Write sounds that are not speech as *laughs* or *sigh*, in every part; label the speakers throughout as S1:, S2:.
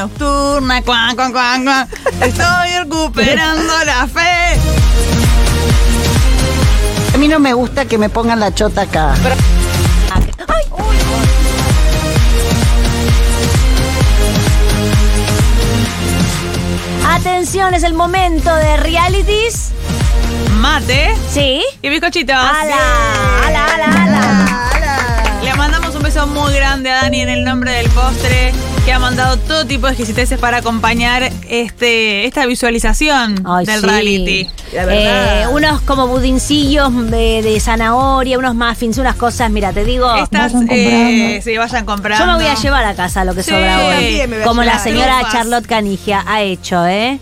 S1: nocturna, cuan, cuan, cuan, cuan. Estoy recuperando la fe.
S2: A mí no me gusta que me pongan la chota acá.
S3: Atención, es el momento de realities.
S1: Mate
S3: Sí.
S1: y bizcochitos.
S3: Ala, ala, ala, ala.
S1: Le mandamos un beso muy grande a Dani en el nombre del postre, que ha mandado todo tipo de exquisiteces para acompañar este, esta visualización
S3: Ay,
S1: del
S3: sí.
S1: reality.
S3: Eh, unos como budincillos de, de zanahoria, unos muffins, unas cosas, mira, te digo.
S1: Estas,
S4: vayan
S1: eh,
S4: comprando.
S1: sí, vayan comprando.
S3: Yo me voy a llevar a casa lo que
S1: Sí.
S3: sobra ahora.
S1: También me voy a
S3: Como la
S1: llevar.
S3: señora
S1: Trufas.
S3: Charlotte Canigia ha hecho, ¿eh?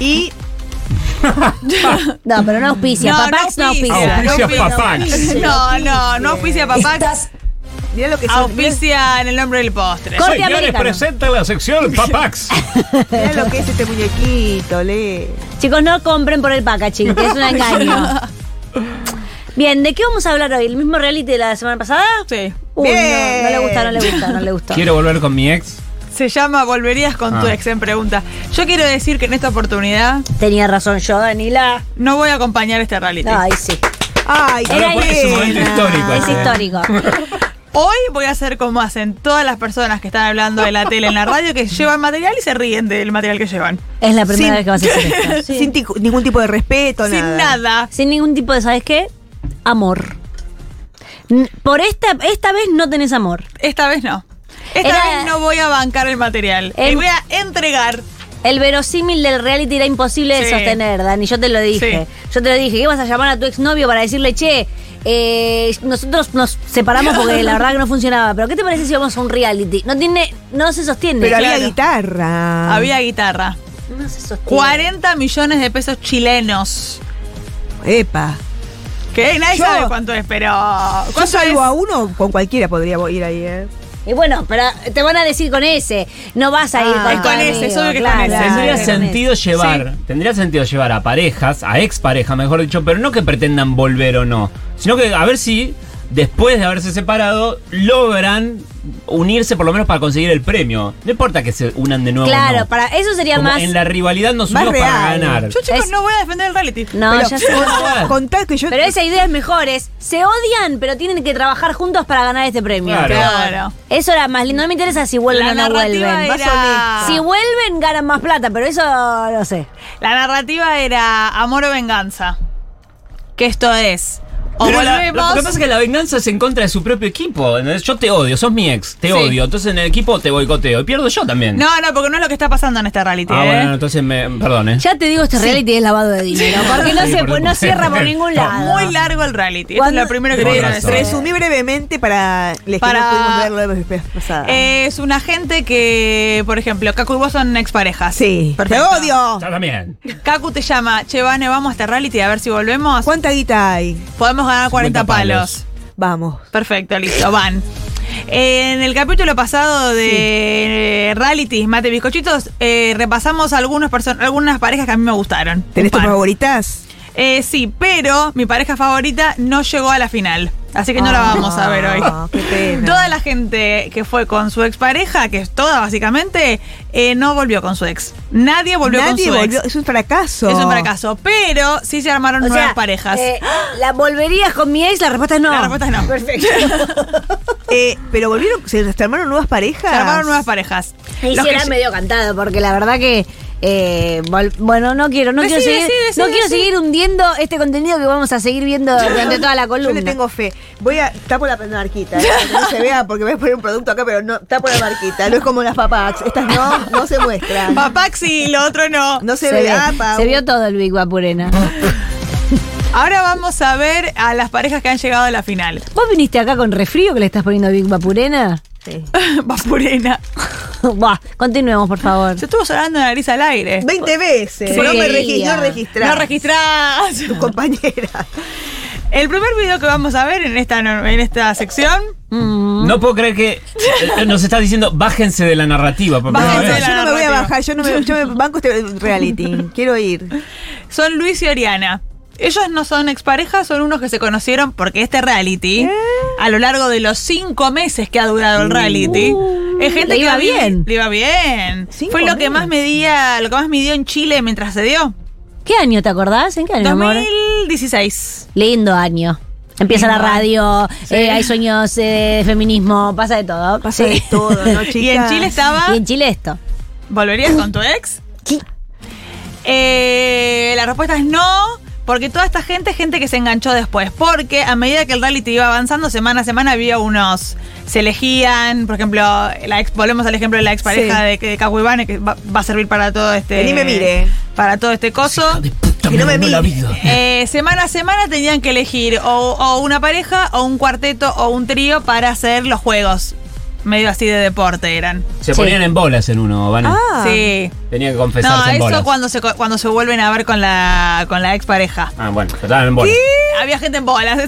S1: Y
S3: No, pero no auspicia.
S1: no,
S3: Papax no auspicia.
S1: no
S5: Auspicia
S1: auspicia.
S5: Papax.
S1: No, no, no auspicia Papax.
S4: Mirá lo que son, mirá-
S1: Auspicia en el nombre del postre.
S3: Corte
S5: Señores,
S3: americano.
S5: presenta la sección Papax.
S4: mirá lo que es este muñequito, le.
S3: Chicos, no compren por el packaging, que es un
S1: *laughs*
S3: engaño. Bien, ¿de qué vamos a hablar hoy? ¿El mismo reality de la semana pasada?
S1: Sí.
S3: Uy, no,
S4: Bien.
S3: no le gusta, no le gusta, no le gusta.
S5: Quiero volver con mi ex.
S1: Se llama Volverías con tu
S5: Ah.
S1: ex en pregunta. Yo quiero decir que en esta oportunidad
S3: Tenía razón yo, Danila.
S1: no voy a acompañar este reality.
S3: Ay, sí.
S4: Ay, qué
S3: Era
S5: Pero es un momento
S4: pena.
S5: histórico.
S3: Es
S5: ese.
S3: histórico.
S1: Hoy voy a hacer como hacen todas las personas que están hablando de la tele en la radio, que llevan material y se ríen del material que llevan.
S3: Es la primera
S4: Sin-
S3: vez que vas a
S4: *laughs*
S3: hacer esto. Sí.
S4: Sin ti- ningún tipo de respeto,
S1: Sin nada.
S3: Sin ningún tipo de, ¿sabes qué? Amor. N- Por esta, esta vez no tenés amor.
S1: Esta vez no. Esta
S3: Era-
S1: vez no voy a bancar el material.
S3: El-
S1: Y voy a entregar.
S3: El verosímil del reality era imposible de
S1: Sí.
S3: sostener, Dani. Yo te lo dije. Yo te lo dije. ¿Qué vas a llamar a tu exnovio para decirle, che, eh, nosotros nos separamos porque la verdad que no funcionaba? Pero ¿qué te parece si vamos a un reality? No tiene, no se sostiene.
S4: Pero
S1: Claro.
S4: había guitarra.
S1: Había guitarra.
S3: no se sostiene.
S1: 40 millones de pesos chilenos.
S4: Epa.
S1: Que nadie
S4: Yo-
S1: sabe cuánto es, pero.
S4: Yo
S1: ¿cuánto
S4: salgo
S1: es?
S4: a uno, con cualquiera podría ir ahí, ¿eh?
S3: Y bueno, pero te van a decir con ese. No vas a ir
S4: Ah,
S3: con
S4: es
S3: tu
S4: con
S3: amigo,
S1: ese, es obvio que es con
S3: claro,
S1: ese.
S5: Tendría
S3: es con
S5: sentido llevar, tendría sentido llevar a parejas, a exparejas, mejor dicho, pero no que pretendan volver o no, sino que a ver si después de haberse separado logran unirse por lo menos para conseguir el premio. No importa que se unan de nuevo. o
S3: Claro,
S5: no.
S3: para eso sería
S5: Como
S3: más.
S5: En la rivalidad nos unimos para
S4: real.
S5: ganar.
S1: Yo, chicos,
S3: Es-
S1: no voy a defender el reality.
S3: No,
S4: Pero
S1: *laughs*
S3: ya sé.
S5: Ah,
S4: Contá que yo.
S3: Pero esa idea es mejor, es se odian, pero tienen que trabajar juntos para ganar este premio.
S5: Claro.
S1: Claro.
S3: Eso era más lindo. No me interesa si vuelven
S1: La
S3: o no
S1: narrativa
S3: vuelven.
S1: era.
S3: Si vuelven, ganan más plata, pero eso no sé.
S1: La narrativa era amor o venganza. Que esto es. O
S5: Pero la-
S1: volvemos.
S5: la- lo que pasa es que la venganza es en contra de su propio equipo. ¿entendés? Yo te odio, sos mi ex, te
S1: Sí.
S5: odio. Entonces en el equipo te boicoteo y pierdo yo también.
S1: No, no, porque no es lo que está pasando en este reality.
S5: Ah,
S1: ¿eh?
S5: bueno, no, entonces me. Perdón, eh.
S3: Ya te digo, este reality es lavado de dinero, porque no,
S5: Sí,
S3: se,
S5: por
S3: no
S5: supuesto.
S3: cierra por ningún lado.
S1: Muy largo el reality. Esto es
S3: Cuando-
S1: lo primero que
S5: Con
S1: quiero
S5: razón.
S1: decir.
S4: Resumí brevemente para les
S1: Para-
S4: que no pudimos verlo la vez pasada.
S3: Eh,
S1: Es una gente que, por ejemplo, Kaku y vos son exparejas.
S4: sí.
S1: Perfecto.
S4: ¡Te odio!
S5: Ya también.
S1: Kaku te llama, che, Vane, vamos a este reality a ver si volvemos.
S4: ¿Cuánta guita hay?
S1: Podemos ganar 40
S5: 50
S1: palos.
S5: palos.
S4: Vamos.
S1: Perfecto, listo, van. En el capítulo pasado de eh, reality Mate Bizcochitos, eh, repasamos algunos perso- algunas parejas que a mí me gustaron.
S4: ¿Tenés
S1: Un
S4: tus
S1: par.
S4: favoritas?
S1: Eh, sí, pero mi pareja favorita no llegó a la final. Así que no la
S4: Ah,
S1: vamos a ver hoy.
S4: qué pena.
S1: Toda la gente que fue con su expareja, que es toda básicamente, eh, no volvió con su ex. Nadie volvió
S4: Nadie
S1: con su
S4: volvió.
S1: ex.
S4: Es un fracaso.
S1: Es un fracaso. Pero sí se armaron
S3: O sea,
S1: nuevas parejas.
S3: eh, ¿La volverías con mi ex? La respuesta es no.
S1: La respuesta es no. *laughs*
S3: Perfecto.
S4: Eh, pero volvieron, se armaron nuevas parejas.
S1: Se armaron nuevas parejas.
S3: Y
S1: Los
S3: si
S1: que
S3: era
S1: lle-
S3: medio cantado, porque la verdad que. eh, vol- bueno, no quiero, no
S1: Decí,
S3: quiero, seguir,
S1: decí, decí,
S3: no quiero
S1: decí.
S3: seguir hundiendo este contenido que vamos a seguir viendo durante toda la columna.
S4: Yo le tengo fe. Voy a. Tapo la marquita. ¿eh? para que no se vea porque voy a poner un producto acá, pero no. Tapo la marquita. No es como las papax. Estas no, no se muestran.
S1: Papax y lo otro no.
S4: No se,
S3: se,
S4: ve.
S3: ve-
S4: Ah, pa-
S3: se vio todo el Big Guapurena.
S1: Ahora vamos a ver a las parejas que han llegado a la final.
S3: ¿Vos viniste acá con refrío que le estás poniendo Big Guapurena?
S4: Sí.
S1: Vapurena.
S3: *laughs* Buah, continuemos, por favor.
S1: Se estuvo sonando la nariz al aire.
S4: 20 veces.
S3: Sí.
S4: No me regi- no
S3: No
S4: registrás.
S1: No registrás.
S4: Tu compañera.
S1: El primer video que vamos a ver en esta, en esta sección.
S3: Mm.
S5: No puedo creer que eh, nos está diciendo bájense de la narrativa. Por primera
S1: Bájense
S5: vez.
S1: de la
S4: yo no me voy a
S1: narrativa.
S4: bajar. Yo no me, yo me banco este reality. Quiero ir.
S1: Son Luis y Oriana. Ellos no son exparejas, son unos que se conocieron porque este reality, a lo largo de los cinco meses que ha durado el reality, es gente
S3: Le
S1: que
S3: iba
S1: va
S3: bien.
S1: Le iba bien.
S4: Cinco
S1: Fue lo que
S4: meses.
S1: más medía, lo que más midió en Chile mientras se dio.
S3: ¿Qué año te acordás? ¿En qué año, amor?
S1: 2016.
S3: Lindo año. Empieza
S1: Lindo
S3: la radio, eh, hay sueños eh, de feminismo, pasa de todo.
S4: Pasa de todo, ¿no, chicas?
S1: *laughs* Y en Chile estaba.
S3: Y en Chile esto.
S1: ¿Volverías
S4: Uh.
S1: con tu ex?
S3: ¿Qué?
S1: Eh, la respuesta es no, porque toda esta gente es gente que se enganchó después. Porque a medida que el reality iba avanzando, semana a semana había unos. Se elegían, por ejemplo, la ex, volvemos al ejemplo de la ex pareja
S4: Sí.
S1: de, de Cacuibane, que va, va a servir para todo este.
S4: Vení, me mire.
S1: Para todo este coso.
S5: puta,
S4: Que no me mire.
S1: Eh, semana a semana tenían que elegir o, o una pareja, o un cuarteto, o un trío para hacer los juegos. Medio así de deporte eran.
S5: Se
S3: Sí.
S5: ponían en bolas en uno, ¿vale?
S4: Ah.
S1: Sí.
S5: Tenía que
S1: No,
S5: confesarse en bolas.
S1: eso cuando se, co- cuando se vuelven a ver con la, con la expareja.
S5: Ah, bueno, pero estaban en bolas.
S1: Había gente en bolas.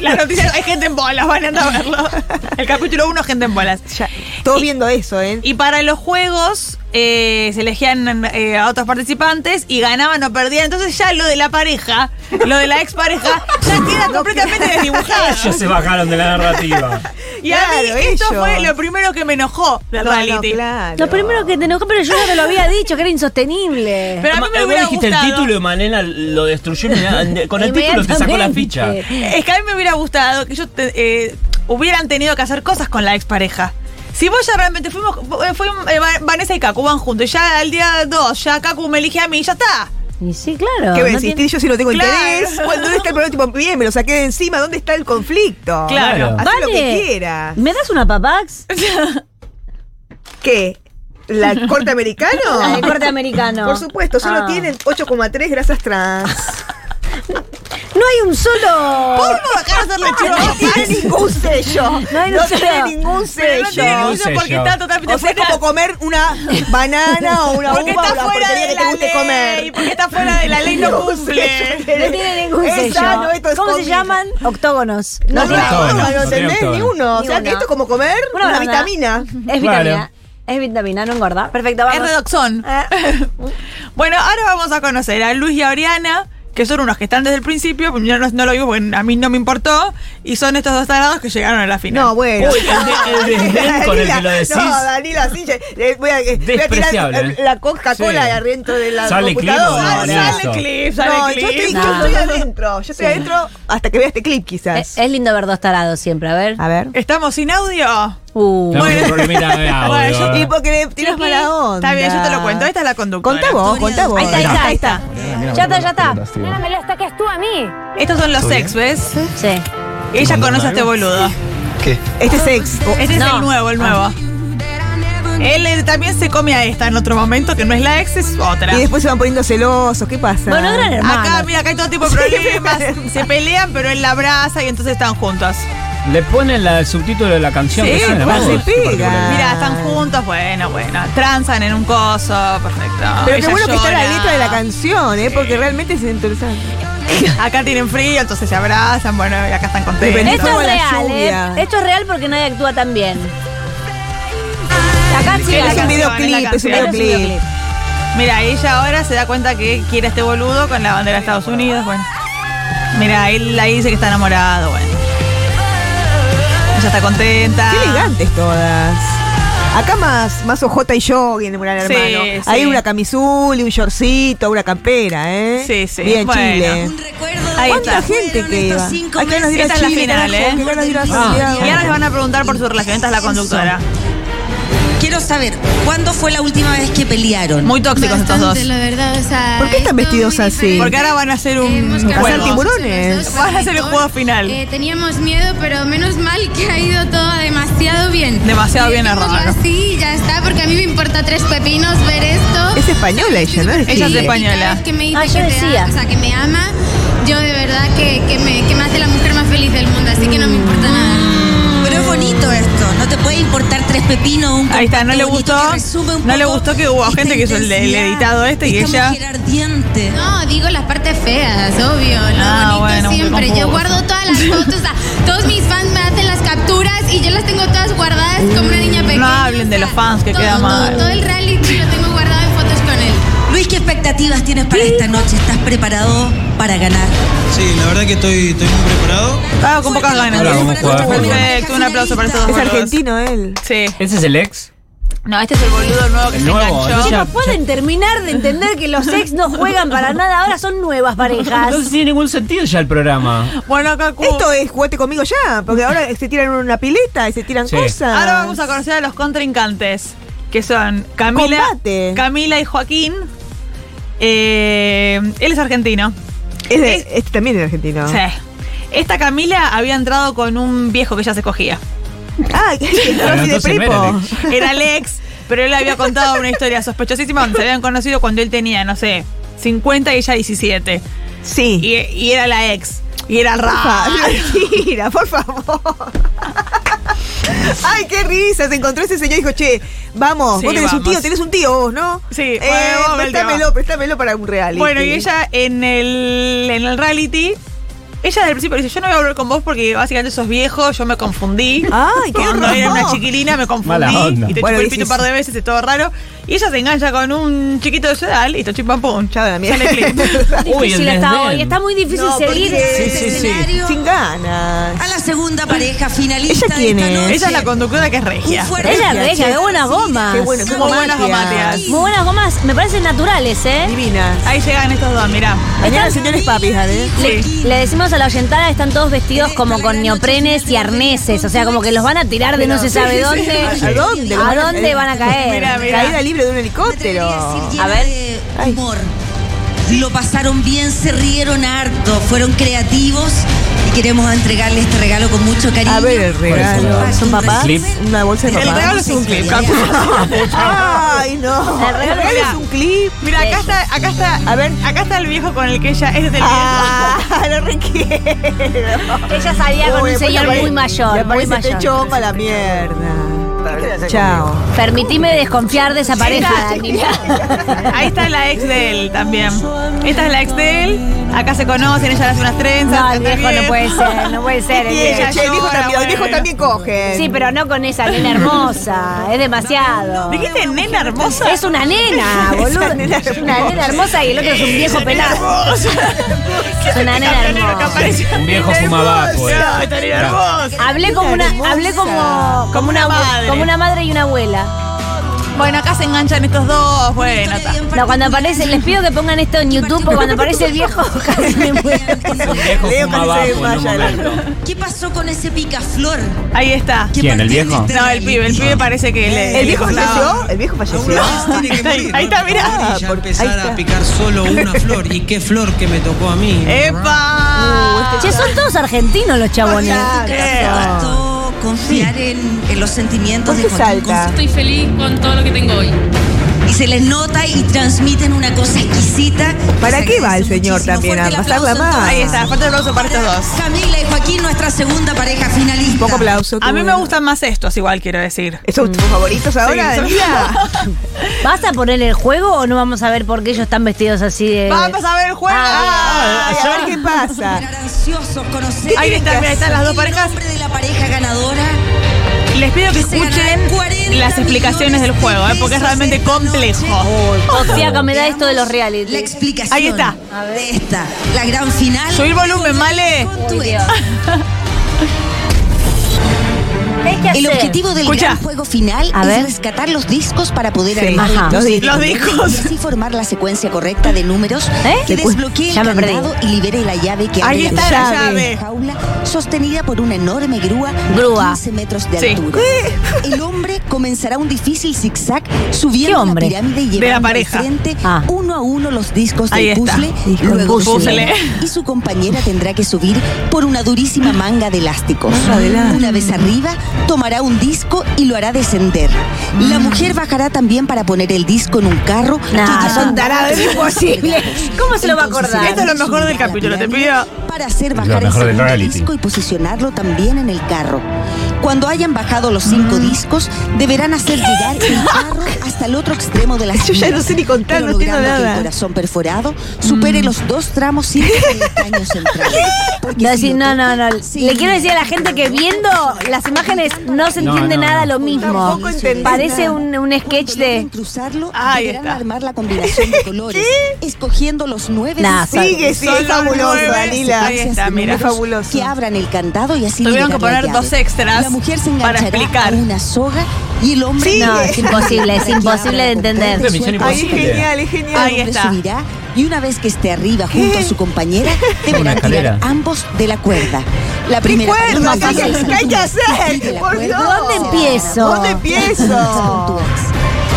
S1: La noticia hay gente en bolas, van a andar a verlo. El capítulo 1, gente en bolas.
S4: Ya, todos viendo eso, ¿eh?
S1: Y para los juegos eh, se elegían eh, a otros participantes y ganaban o perdían. Entonces ya lo de la pareja, lo de la expareja, ya queda completamente
S5: *laughs* Ya
S1: desdibujado.
S5: se bajaron de la narrativa.
S1: Y a mí
S4: Claro,
S1: esto
S4: ellos.
S1: fue lo primero que me enojó del
S4: No, no,
S1: reality.
S4: claro.
S3: Lo primero que te enojó, pero yo ya te lo había dicho, que era insostenible.
S1: *laughs* Pero a mí me
S5: eh, Vos
S1: hubiera
S5: dijiste el
S1: gustado- Eh,
S5: título y Manena lo
S1: *laughs*
S5: destruyó. inmediata- Con el
S3: Eh,
S5: título te sacó la ficha.
S3: Inmediatamente.
S1: Es que a mí me hubiera gustado que yo te- eh, hubieran tenido que hacer cosas con la expareja. Si vos ya realmente fuimos, eh, fue eh, Va- Vanessa y Kaku van juntos, y ya al día 2, ya Kaku me elige a mí, y ya está.
S3: Y sí, claro.
S4: ¿Qué
S3: no
S4: voy a insistir
S3: tiene-
S4: yo si no tengo
S1: Claro.
S4: interés? Cuando está el problema, tipo, bien, me lo saqué de encima, ¿dónde está el conflicto?
S1: Claro.
S4: Haz lo que
S3: Vale,
S4: quiera.
S3: ¿Me das
S4: *laughs*
S3: una papax?
S4: ¿Qué? ¿La corte
S3: La de
S4: americano?
S3: corte americano.
S4: Por supuesto, solo
S3: Ah.
S4: tienen 8,3 grasas trans.
S3: No hay un solo.
S1: ¿Cómo dejar de hacerle chivo?
S4: *laughs* No tiene ningún sello.
S3: No hay un
S4: No tiene
S3: sello.
S4: ningún
S1: Pero no tiene
S4: sello.
S5: ningún
S1: ningún
S5: sello.
S1: porque está totalmente
S4: O sea, es
S1: fuera.
S4: como comer una banana o una
S1: porque
S4: uva o
S1: está
S4: la
S1: fuera
S4: porquería
S1: de
S4: que
S1: la
S4: te guste
S1: ley,
S4: comer.
S1: porque está fuera de la
S4: *laughs*
S1: ley no cumple.
S3: No tiene ningún
S4: Es
S3: sello.
S4: sano, esto es
S3: ¿Cómo se
S4: comida.
S3: llaman? Octógonos.
S4: No,
S5: No
S4: tiene
S5: tiene
S4: ningún
S5: octógono,
S4: no
S5: no tiene
S4: tenés ni
S5: octógono.
S4: uno. O
S3: Ni
S4: sea, que
S3: uno.
S4: esto es como comer una,
S3: banana.
S4: vitamina.
S3: Es vitamina.
S5: Claro.
S3: Es vitamina, no engorda. Perfecto, vamos.
S1: Es redoxón.
S4: Ah.
S1: *laughs* bueno, ahora vamos a conocer a Luis y a Oriana, que son unos que están desde el principio, pues yo no, no lo digo porque a mí no me importó, y son estos dos tarados que llegaron a la final.
S4: No, bueno.
S5: Uy,
S4: *laughs*
S5: el
S1: *laughs*
S5: de- el desdén con el que lo decís.
S4: No, Danila, sí, eh, voy a, eh, voy a tirar
S5: Despreciable,
S4: eh,
S5: ¿eh?
S4: la Coca-Cola
S5: Sí.
S4: de adentro de la
S5: ¿Sale clip o no,
S1: Ah,
S4: computadora.
S5: Daniela?
S1: sale
S5: Eso.
S1: clip, sale
S4: No,
S1: clip.
S4: yo estoy, yo
S3: No.
S4: estoy adentro. Yo estoy adentro hasta que vea este clip,
S3: Es,
S4: quizás.
S3: Eh,
S1: Eh,
S3: es lindo ver dos tarados siempre, a ver.
S4: A ver.
S1: ¿Estamos sin audio?
S3: Uh.
S5: Tenemos un problemita de audio,
S1: Bueno, yo
S5: ¿verdad?
S4: Tipo que le tiras
S3: Chiqui.
S4: mala onda.
S1: Está bien, yo te lo cuento. Este Esta es la conductora.
S4: Contá vos, contá vos.
S3: Ahí está, ahí está, ahí está. Ya está, ya está.
S6: Nena, me lo saques tú a mí.
S1: Estos son los ex, ¿ves?
S3: Sí.
S1: Ella
S5: mandando
S1: conoce a este
S5: algo?
S1: boludo.
S4: Este es ex. O-
S1: Este es
S3: No.
S1: el nuevo, el nuevo. Él eh, también se come a esta en otro momento, que no es la ex, es otra.
S4: Y después se van poniendo celosos. ¿Qué pasa?
S3: Bueno, gran hermano.
S1: Acá, mira, acá hay todo tipo de problemas.
S4: *laughs*
S1: se pelean, pero él la abraza y entonces están juntos.
S5: Le ponen la- el subtítulo de la canción.
S1: Sí,
S5: que suena,
S1: pues,
S5: ¿no?
S1: se
S5: Es súper
S4: pega.
S5: particular.
S1: Mira, están juntos, bueno, bueno. Tranzan en un coso, perfecto.
S4: Pero
S1: Ella
S4: qué bueno que está la
S1: llora.
S4: letra de la canción, ¿eh? Porque realmente es interesante.
S1: *laughs* Acá tienen frío, entonces se abrazan, bueno, y acá están
S3: Esto
S1: contentos.
S4: Depende.
S3: es
S4: Como la
S3: real,
S4: lluvia.
S3: ¿eh? Esto es real porque nadie actúa tan bien. Acá sí,
S1: Es un
S4: Es un
S3: acá.
S1: videoclip,
S4: videoclip, es un
S1: es un
S4: videoclip.
S1: Mira, ella ahora se da cuenta que quiere a este boludo con la bandera de Estados Unidos, bueno. Mira, él ahí dice que está enamorado, bueno. Ella está contenta.
S4: Qué elegantes todas. Acá más, más OJ y yo vienen gran
S1: Sí,
S4: hermano.
S1: sí.
S4: Hay una camisula, un shortcito, una campera, ¿eh?
S1: Sí, sí,
S4: Bien,
S1: bueno.
S4: Chile.
S1: Ahí
S4: ¿Cuánta
S1: está.
S4: gente que iba? Hay ganas de ir a
S1: Esta es la
S4: Chile,
S1: final,
S4: carajo,
S1: ¿eh?
S4: qué ganas de ir a
S5: Ah.
S1: Y ahora les
S4: Santiago.
S1: van a preguntar por su relación. Esta es la conductora.
S7: Ah, Quiero saber, ¿cuándo fue la última vez que pelearon?
S1: Muy tóxicos estos dos.
S4: ¿Por qué están vestidos así?
S1: Porque ahora van a hacer un
S4: ¿Cazar
S1: juego.
S4: tiburones?
S1: Van a hacer el juego final.
S8: Eh, teníamos miedo, pero menos mal que ha ido todo demasiado bien.
S1: Demasiado bien
S8: Dejémoslo
S1: armado.
S8: así, ya está, porque a mí me importa tres pepinos ver esto.
S4: Es española ella, ¿no?
S1: Ella es
S4: Chile.
S1: española.
S8: Cada vez Que me dice
S3: Ah, yo
S8: que te
S3: decía.
S8: ama, o sea, que me ama, yo de verdad que, que me, que me hace la mujer más feliz del mundo, así que no me importa nada.
S7: Pero es bonito esto, no te puede importar tres pepinos un
S1: Ahí está, no le
S7: conflicto
S1: gustó-
S7: bonito que resume un
S1: no le
S7: poco
S1: gustó que hubo
S7: esta
S1: gente que hizo el- el
S7: intensidad,
S1: editado este y
S7: esta
S1: ella-
S7: mujer ardiente.
S8: No, digo las partes feas, obvio. Lo
S1: Ah,
S8: bonito
S1: bueno, me
S8: siempre. Yo
S1: confundo.
S8: guardo todas las fotos. o sea, todos mis fans me hacen las capturas y yo las tengo todas guardadas como una niña pequeña.
S1: hablen de los fans, que
S8: todo,
S1: queda mal.
S8: Todo, todo el reality lo tengo guardado en fotos con él.
S7: Luis, ¿qué expectativas expectativas tienes para esta noche? ¿Estás preparado para ganar?
S9: Sí, la verdad que estoy, estoy muy preparado.
S1: Ah, con pocas ganas.
S5: Hola, ¿cómo estás?
S1: Perfecto, un aplauso para todos.
S4: Es
S1: boludos.
S4: argentino él.
S1: Sí.
S5: ¿Ese es el ex?
S1: No, este es el boludo nuevo que
S5: El
S1: se
S5: nuevo,
S1: enganchó.
S5: ¿eh? Ya-
S3: Chicos, pueden terminar de entender que los ex no juegan
S4: *laughs*
S3: para nada, ahora son nuevas parejas.
S5: No tiene ningún sentido ya el programa.
S1: Bueno, Cacu.
S4: Esto es juguete conmigo ya, porque ahora se tiran una pileta y se tiran
S5: Sí.
S4: cosas.
S1: Ahora vamos a conocer a los contrincantes, que son Camila,
S4: Combate.
S1: Camila y Joaquín. Eh, él es argentino.
S4: Es de- este también es argentino.
S1: Sí. Esta Camila había entrado con un viejo que ya se cogía.
S4: Ah, *laughs* que es de
S5: entonces
S4: prepo.
S5: Meredith.
S1: Era Alex, pero él le había contado una historia sospechosísima donde se habían conocido cuando él tenía, no sé, 50 y ella 17.
S4: Sí.
S1: Y, y era la ex. Y era
S4: Ah,
S1: raro. *laughs*
S4: Mentira, por favor. Ay, qué risa. Se encontró ese señor y dijo, che, vamos,
S1: Sí,
S4: vos tenés
S1: vamos.
S4: un tío, tenés un tío vos, ¿no?
S1: Sí,
S4: eh,
S1: bueno, vos,
S4: préstamelo,
S1: vete,
S4: préstamelo para un reality.
S1: Bueno, y ella en el, en el reality, ella desde el principio dice, yo no voy a hablar con vos porque básicamente sos viejo, yo me confundí.
S4: Ay, qué
S1: Cuando era
S4: horror.
S1: una chiquilina me confundí
S5: Mala onda.
S1: y te
S4: Bueno,
S1: chupé el pito
S4: dices-
S1: un par de veces, es todo raro. Y ella se engancha con un chiquito de su edad, listo, chimpam pum,
S4: Chao de la mierda.
S1: Sale
S4: *laughs*
S1: clip.
S5: Uy,
S3: difícil
S5: el
S3: hasta
S5: desdén.
S3: hoy. Está muy difícil
S4: No, porque
S3: seguir. eh.
S4: Sí,
S5: sí, sí.
S7: Escenario,
S4: Sin ganas.
S7: A la segunda pareja finalista
S4: ¿Ella quién
S7: de
S4: es?
S7: esta noche.
S1: Ella es la conductora que es
S7: Un
S1: regia.
S7: fuerte
S3: Ella es
S4: Gracias,
S3: regia, qué buenas gomas.
S4: Qué bueno, qué
S1: Muy buenas
S4: gomatia.
S1: gomatias.
S3: Muy buenas gomas, me parecen naturales, ¿eh?
S4: Divinas.
S1: Ahí llegan estos dos, mirá.
S4: Mañana señores papis, ¿eh?
S3: Le, le decimos a la oyentada, están todos vestidos como con neoprenes y arneses, o sea, como que los van a tirar de no se sabe dónde.
S4: ¿A dónde? eh.
S3: ¿A dónde van a caer?
S1: Mira, mira.
S4: Caída libre de un
S7: Me atrevería
S4: helicóptero.
S7: a decir llena
S3: A ver.
S7: de humor. Lo pasaron bien, se rieron harto, fueron creativos y queremos entregarle este regalo con mucho cariño.
S4: A ver el regalo.
S7: Para
S3: ¿Son
S7: un
S3: papás?
S5: Clip.
S4: Una bolsa de
S1: El
S4: papá.
S1: regalo es un clip. Cacu.
S4: Ay, no.
S3: El regalo
S4: es un clip.
S1: Mira, acá está, acá está, a ver, acá está el viejo con el que ella, este es el viejo.
S4: Ah, *laughs* lo requiero.
S3: Ella salía con un señor muy mayor, muy
S4: Te
S3: mayor.
S4: chonga este la mierda. Chao.
S3: Permitime desconfiar de esa pareja,
S4: *laughs*
S3: Daniela.
S1: Ahí está la ex de él también. Esta es la ex de él. Acá se conocen, ella le hace unas trenzas.
S3: No, el
S1: está
S3: viejo no
S1: bien. *laughs*
S3: puede ser, no puede ser. el
S4: Y
S3: viejo.
S4: ella, Eh, che, el viejo
S1: llora,
S4: también, el viejo
S1: bueno.
S4: también coge.
S3: Sí, pero no con esa nena hermosa, es demasiado.
S1: Dijiste nena hermosa.
S3: Es una nena, boludo.
S4: Esa nena
S3: Es una nena hermosa y el otro es un viejo pelado. Es una nena hermosa.
S5: Un viejo fumabaco. eh.
S3: Hablé como una, hablé como, como una,
S1: madre.
S3: como una madre y una abuela.
S1: Bueno, acá se enganchan estos dos. Bueno, está.
S3: No, cuando aparece, les pido que pongan esto en YouTube, porque cuando aparece el viejo *laughs* casi me
S7: *laughs*
S3: muero.
S5: Un viejo
S4: Leo casi se
S5: fumabaco en un
S4: desmaya,
S5: momento.
S7: ¿Qué pasó con ese picaflor?
S1: Ahí está.
S7: ¿Qué
S5: ¿Quién, el
S7: partió en
S5: viejo?
S7: este
S1: No, el pibe, el pibe parece que le-
S4: ¿El viejo
S1: le
S4: falleció?
S1: gustaba.
S4: ¿El viejo falleció?
S9: tiene que
S1: Ahí-
S9: morir,
S1: ahí
S9: no
S1: está,
S9: te
S1: mirá.
S9: podés ya
S4: Porque- ahí
S9: empezar
S4: está.
S9: a picar
S1: *laughs*
S9: solo una flor. ¿Y qué flor que me tocó a mí? Ah,
S4: Uh, este
S1: ¡Epa!
S3: Che, son todos argentinos los chabones.
S4: Claro.
S7: Bastó confiar en, en los sentimientos
S4: ¿Por
S7: de
S4: qué
S7: Joaquín
S4: salta?
S10: Estoy feliz con todo lo que tengo hoy.
S7: Con- y se les nota y transmiten una cosa exquisita.
S4: ¿Para
S7: Se
S4: qué va el
S7: agradece
S4: señor
S7: muchísimo.
S4: también?
S7: Fuerte
S4: ¿A
S7: el
S4: pasarla
S7: aplauso,
S4: mal?
S1: Ahí
S7: entonces,
S1: está, falta el aplauso para estos dos.
S7: Camila y Joaquín, nuestra segunda pareja finalista.
S4: Poco aplauso.
S1: A mí
S4: tú.
S1: me gustan más estos, igual quiero decir.
S4: ¿Son tus favoritos ahora
S1: Sí,
S4: del
S1: son-
S4: día?
S3: ¿Vas a poner el juego o no vamos a ver por qué ellos están vestidos así de.?
S1: Vamos a ver el juego.
S4: Ay, a ver qué pasa.
S1: Ah.
S7: Estar ansiosos, conocer.
S1: Ahí está, mira, están las dos parejas.
S7: El nombre de la pareja ganadora.
S1: *laughs* Les pido que
S7: Se
S1: escuchen
S7: ganarán 40
S1: las explicaciones del juego, ¿eh? porque es realmente complejo. Oh.
S3: O sea, que me da esto de los
S7: La
S3: reality.
S7: explicación.
S1: Ahí está.
S7: De esta, la gran final.
S1: Subir volumen, Male.
S7: Con tu ex.
S3: Hay que
S7: El
S3: hacer.
S7: objetivo del
S1: Escucha.
S7: gran juego final
S3: A
S7: es
S3: ver.
S7: rescatar los discos para poder
S4: Sí,
S7: armar
S3: Ajá.
S7: el
S4: los
S7: puzzle
S4: discos.
S1: Los discos.
S7: y así formar la secuencia correcta de números
S3: ¿Eh?
S7: que
S3: Me cu-
S7: desbloquee
S3: ya
S7: el
S3: me perdí.
S7: candado y libere la llave que
S1: Ahí
S7: abre
S1: está la llave.
S7: jaula sostenida por una enorme grúa
S3: Grúa.
S7: a 15 metros de
S1: Sí. *laughs*
S7: altura. El hombre comenzará un difícil zigzag
S3: ¿Qué
S7: subiendo la
S3: hombre?
S7: pirámide y
S1: la
S7: llevando al
S1: pareja.
S7: frente
S3: Ah.
S7: uno a uno los discos
S1: Ahí
S7: del
S1: está.
S7: puzzle,
S3: Disco,
S7: luego
S3: puzzle.
S7: su hija y su compañera tendrá que subir por una durísima manga de elásticos. Una vez arriba, tomará un disco y lo hará descender. La mujer bajará también para poner el disco en un carro. que
S3: Nah,
S7: llevará
S3: son
S4: tarados,
S7: varios
S3: imposible.
S7: pedazos.
S3: ¿Cómo se lo va a acordar?
S1: Esto es lo mejor del
S7: subirá a la
S1: capítulo, te
S7: pirámide
S1: pido.
S7: Para hacer
S5: Lo
S7: bajar el
S5: mejor del
S7: segundo
S5: reality.
S7: disco y posicionarlo también en el carro. Cuando hayan bajado los cinco discos, deberán hacer llegar el carro hasta el otro extremo de la
S4: Yo ya
S7: cinta,
S4: no sé ni contar,
S7: pero
S4: no entiendo
S7: logrando que el
S4: nada.
S7: corazón perforado supere los dos tramos simples del estaño central. Porque
S3: No,
S7: si
S3: sí,
S7: lo
S3: no, no,
S7: tocan,
S3: no.
S7: sí,
S3: Le quiero decir a la gente que viendo las imágenes no se
S5: No,
S3: entiende
S5: no,
S3: nada
S5: no.
S3: lo mismo.
S4: Tampoco entendí
S3: Parece
S4: nada.
S3: un, un sketch
S7: Cuando logren
S3: de.
S7: cruzarlo,
S1: Ahí
S7: deberán
S1: está.
S7: armar la combinación de colores, escogiendo los nueve
S3: Nah,
S7: discos
S4: Sigue,
S1: Son
S4: sigue, es
S1: los nueve,
S4: fabuloso, Dalila.
S1: Ahí está, mira.
S4: Es fabuloso.
S7: que abran el candado y así
S1: Tuvieron que
S7: liberar la
S1: poner
S7: llave.
S1: dos extras
S7: La mujer se
S1: para
S7: enganchará
S1: explicar.
S7: a una soga y el hombre
S4: Sí.
S3: No,
S7: *laughs*
S3: es imposible, es
S7: Para que
S3: imposible de
S7: abra la
S3: entender.
S7: compuerta de
S5: Misión
S7: su
S5: imposible.
S4: Ahí
S7: habitación.
S4: es genial, es
S7: El
S4: genial.
S1: Ahí
S7: hombre
S1: está.
S7: subirá y una vez que esté arriba junto a
S5: *laughs*
S7: su compañera, deberán
S5: escalera.
S7: tirar ambos de la cuerda. La
S4: ¿Qué
S7: primera
S4: cuerda?
S7: persona
S4: ¿Qué hay que-
S7: alcanza
S4: qué hay que
S7: el punto y de
S4: hacer?
S7: la
S4: Por
S7: cuerda
S4: Dios.
S3: ¿Dónde empiezo?
S4: ¿Dónde
S7: *laughs*
S4: *laughs* empiezo?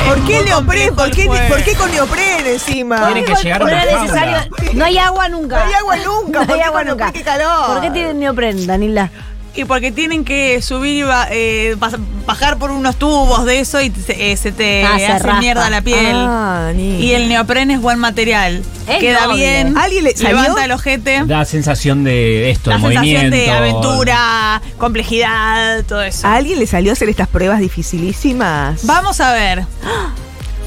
S4: ¿Por qué
S1: muy
S4: neopren? ¿Por qué,
S1: complejo el
S4: por qué con neopren encima?
S5: Tienen que llegar
S3: No
S5: a una
S3: era
S5: jaula.
S3: necesario. No hay agua
S4: No
S3: nunca.
S4: hay agua nunca.
S3: No
S4: ¿Por
S3: hay
S4: qué
S3: agua
S4: con neopren?
S3: nunca.
S4: ¡Qué calor!
S3: ¿Por qué tienen neopren, Danila?
S1: Y porque tienen que subir y ba- eh, pas- bajar por unos tubos de eso y se, eh, se te
S3: Ah, se
S1: hace
S3: raspa.
S1: mierda la piel.
S3: Ah, ni-
S1: y el neopren es buen material.
S3: Es
S1: Queda
S3: noble.
S1: bien.
S4: ¿Alguien le- salió?
S1: levanta el ojete.
S5: Da sensación de esto,
S1: la
S5: de
S1: sensación
S5: movimiento.
S1: de aventura, complejidad, todo eso.
S4: ¿A alguien le salió hacer estas pruebas dificilísimas?
S1: Vamos a ver.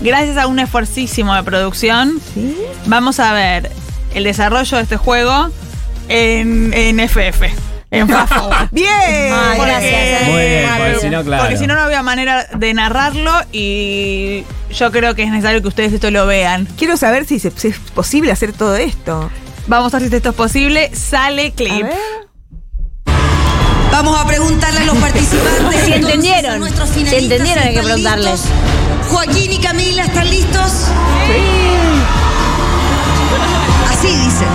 S1: Gracias a un esfuercísimo de producción,
S4: ¿Sí?
S1: vamos a ver el desarrollo de este juego en, en FF.
S3: *laughs*
S1: En Fafo.
S4: ¡Bien!
S3: Ay,
S1: Porque-
S3: gracias,
S5: Muy bien, porque si no, claro.
S1: eh. Porque si no, no había manera de narrarlo y yo creo que es necesario que ustedes esto lo vean.
S4: Quiero saber si, se- si es posible hacer todo esto.
S1: Vamos a ver si esto es posible. Sale
S4: A
S1: clip.
S4: ver.
S7: Vamos a preguntarle a los participantes.
S3: Si
S7: entonces,
S3: entendieron,
S7: a nuestros
S3: si
S7: finalistas,
S3: entendieron, hay que
S7: ¿están
S3: preguntarles.
S7: listos? Joaquín y Camila, ¿están listos? Así dicen.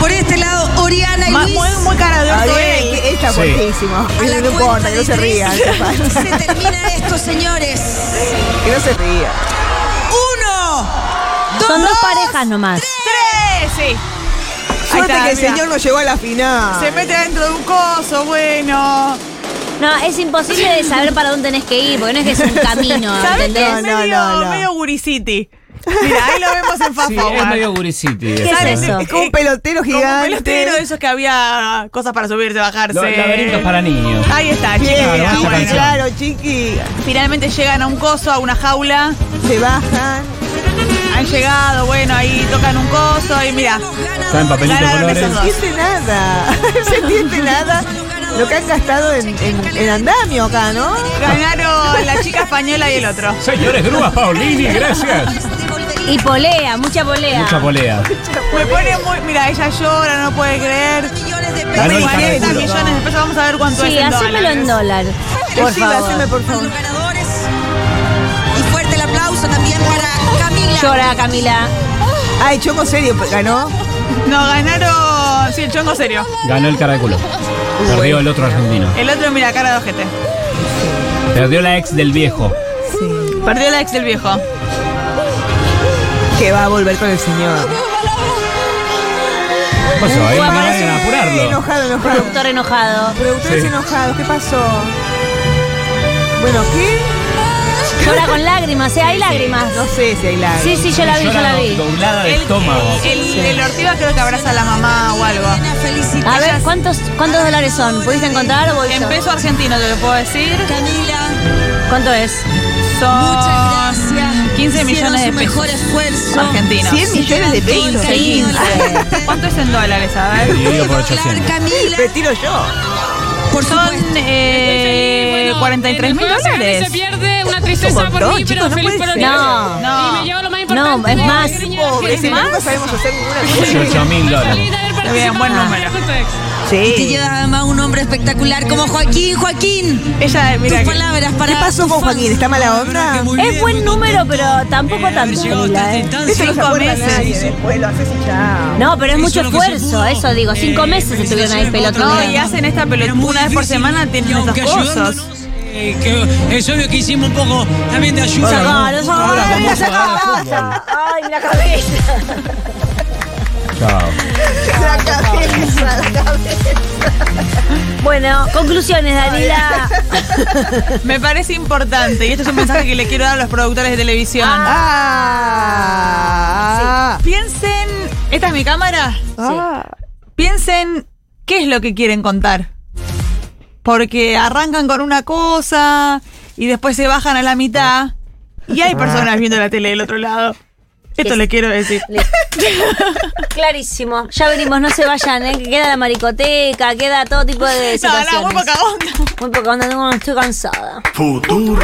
S7: Por este lado, Oriana y
S1: Ma-
S7: Luis.
S1: muy, muy eh. cara de orto él.
S4: Ariel, está
S5: Sí.
S4: buenísimo.
S7: a la
S4: No importa,
S7: cuenta
S4: que
S7: de
S4: no se
S7: tres,
S4: rían. qué
S7: *laughs*
S4: pasa.
S7: Se termina esto, señores.
S4: Que no se ría.
S7: Uno, dos,
S3: Son dos parejas nomás.
S1: ¡Tres! Sí. Ahí
S4: Suerte
S1: está,
S4: que el
S1: mira.
S4: señor no llegó a la final.
S1: Se mete dentro de un coso, bueno.
S3: No, es imposible de saber para dónde tenés que ir, porque no es que es un camino,
S1: *laughs* ¿Sabes qué?
S3: ¿entendés?
S1: Es
S4: No, no,
S1: medio,
S4: no, no.
S1: medio Guricity. Mira, ahí lo vemos
S4: *laughs*
S1: en Fafo.
S5: Sí, es medio guricity.
S3: ¿Qué es eso?
S4: Es como un pelotero
S1: Como
S4: gigante.
S1: un pelotero de esos que había cosas para subirse, bajarse.
S5: Los laberintos para niños.
S3: Ah,
S1: Ahí está, chiquis.
S4: Bien,
S5: Claro,
S1: mira,
S5: vamos
S4: chiqui,
S5: a
S1: bueno.
S5: canción.
S4: claro, chiqui.
S1: Finalmente llegan a un coso, a una jaula.
S4: Se bajan.
S1: Han llegado, bueno, ahí tocan un coso y mira.
S5: Está en papelito de
S1: Ganaron
S5: colores.
S1: esos
S4: No
S1: dos.
S4: se entiende nada. *laughs* No se entiende nada. Lo que han gastado en, en- en andamio acá, ¿no?
S1: Ganaron la chica española y el otro.
S5: Señores, grúas Paulini, gracias.
S3: Y polea, mucha polea.
S5: Mucha polea.
S1: Me pone muy. Mira, ella llora, no puede creer.
S5: Ganó el cara de
S1: 40
S5: culo.
S1: millones de pesos, vamos a ver cuánto
S3: Sí,
S1: es en
S3: hacémelo
S1: dólares.
S3: en dólar. Por
S4: Sí,
S3: favor.
S4: haceme por favor.
S7: ganadores. Y fuerte el aplauso también para Camila.
S3: Llora, Camila.
S4: Ay, Choco Serio pues, ganó.
S1: No, ganaron. Sí, el chongo serio.
S5: Ganó el cara de culo. Perdió el otro argentino.
S1: El otro, mira, cara de ojete.
S5: Perdió la ex del viejo.
S1: Perdió la ex del viejo.
S4: Que va a volver con el señor.
S5: ¿Qué pasó? Ahí
S3: Uy,
S5: no
S3: aparece
S5: vayan a
S4: Eh,
S5: apurarlo.
S4: enojado, enojado.
S3: Productor enojado.
S4: Productores
S5: Sí.
S4: enojados, ¿qué pasó? Bueno, ¿qué?
S3: Llora con lágrimas, ¿eh? Hay lágrimas.
S4: No sé si hay la.
S3: Sí, sí, yo la vi, yo la vi.
S5: Doblada de
S1: El,
S5: estómago.
S1: el, el Ortiva creo que abraza a la mamá o algo.
S3: A ver, ¿cuántos, cuántos dólares son? ¿Pudiste encontrar o voy yo?
S1: En peso argentino te lo puedo decir.
S7: Camila,
S3: ¿Cuánto es?
S1: Son
S7: muchas gracias.
S1: 15 millones de
S7: Hicieron su mejor
S1: pesos
S7: esfuerzo.
S1: argentinos.
S4: 100 millones de pesos.
S7: Sí.
S1: Sí. ¿Cuánto es en dólares? A ver.
S5: Dividido por
S7: Claro,
S5: 800.
S7: Camila,
S4: Retiro yo.
S7: por supuesto.
S1: Son eh, 43 mil
S10: después Se
S1: dólares.
S10: pierde una tristeza por
S4: montón,
S10: mí, pero
S4: chicos, no
S10: feliz
S4: puede
S10: por
S4: ser.
S10: otro.
S3: No.
S10: Y me llevo lo más importante.
S3: No, es
S10: la
S3: más.
S10: cariño de
S4: Pobre, si
S10: gente.
S4: nunca sabemos hacer ninguna cosa.
S5: 18 mil
S10: Feliz
S5: dólares.
S10: de haber
S1: Bien,
S10: participado.
S1: buen número.
S10: Perfecto, ex.
S7: Te
S4: Sí.
S7: llevas además un hombre espectacular como Joaquín. Joaquín,
S1: Ella,
S7: tus
S1: mira, que-
S7: palabras para.
S4: ¿Qué pasó
S7: tus
S4: con
S7: fans.
S4: Joaquín? ¿Está mala onda?
S3: Es buen número, pero tampoco tanto, Camila, ¿eh?
S4: Eso no se
S1: Cinco
S4: acuerda
S1: meses.
S4: nadie después, lo haces y chao.
S3: No, pero es mucho esfuerzo, eso digo. Cinco meses estuvieron ahí pelotudeando.
S1: No, y hacen esta pelota una vez por semana, tienen estas cosas.
S9: Eh, que es obvio que hicimos un poco también de ayuda.
S3: Sacalo, sacalo.
S5: Ahora vamos a jugar al fútbol.
S3: Ay, la cabeza.
S5: Chao.
S4: La cabeza, la cabeza.
S3: Bueno, conclusiones, Danila.
S1: Me parece importante, y esto es un mensaje que le quiero dar a los productores de televisión.
S4: Ah.
S1: Piensen, esta es mi cámara,
S4: Ah.
S1: piensen qué es lo que quieren contar. Porque arrancan con una cosa y después se bajan a la mitad. Y
S4: Ah.
S1: hay personas viendo la tele del otro lado. Esto
S3: Yes.
S1: le quiero decir.
S3: Clarísimo. Ya venimos, no se vayan, ¿eh? Que queda la maricoteca, queda todo tipo
S1: *laughs*
S3: de
S1: No,
S3: situaciones.
S1: no, muy poca onda.
S3: Muy poca onda, no, estoy cansada.
S11: Futuro.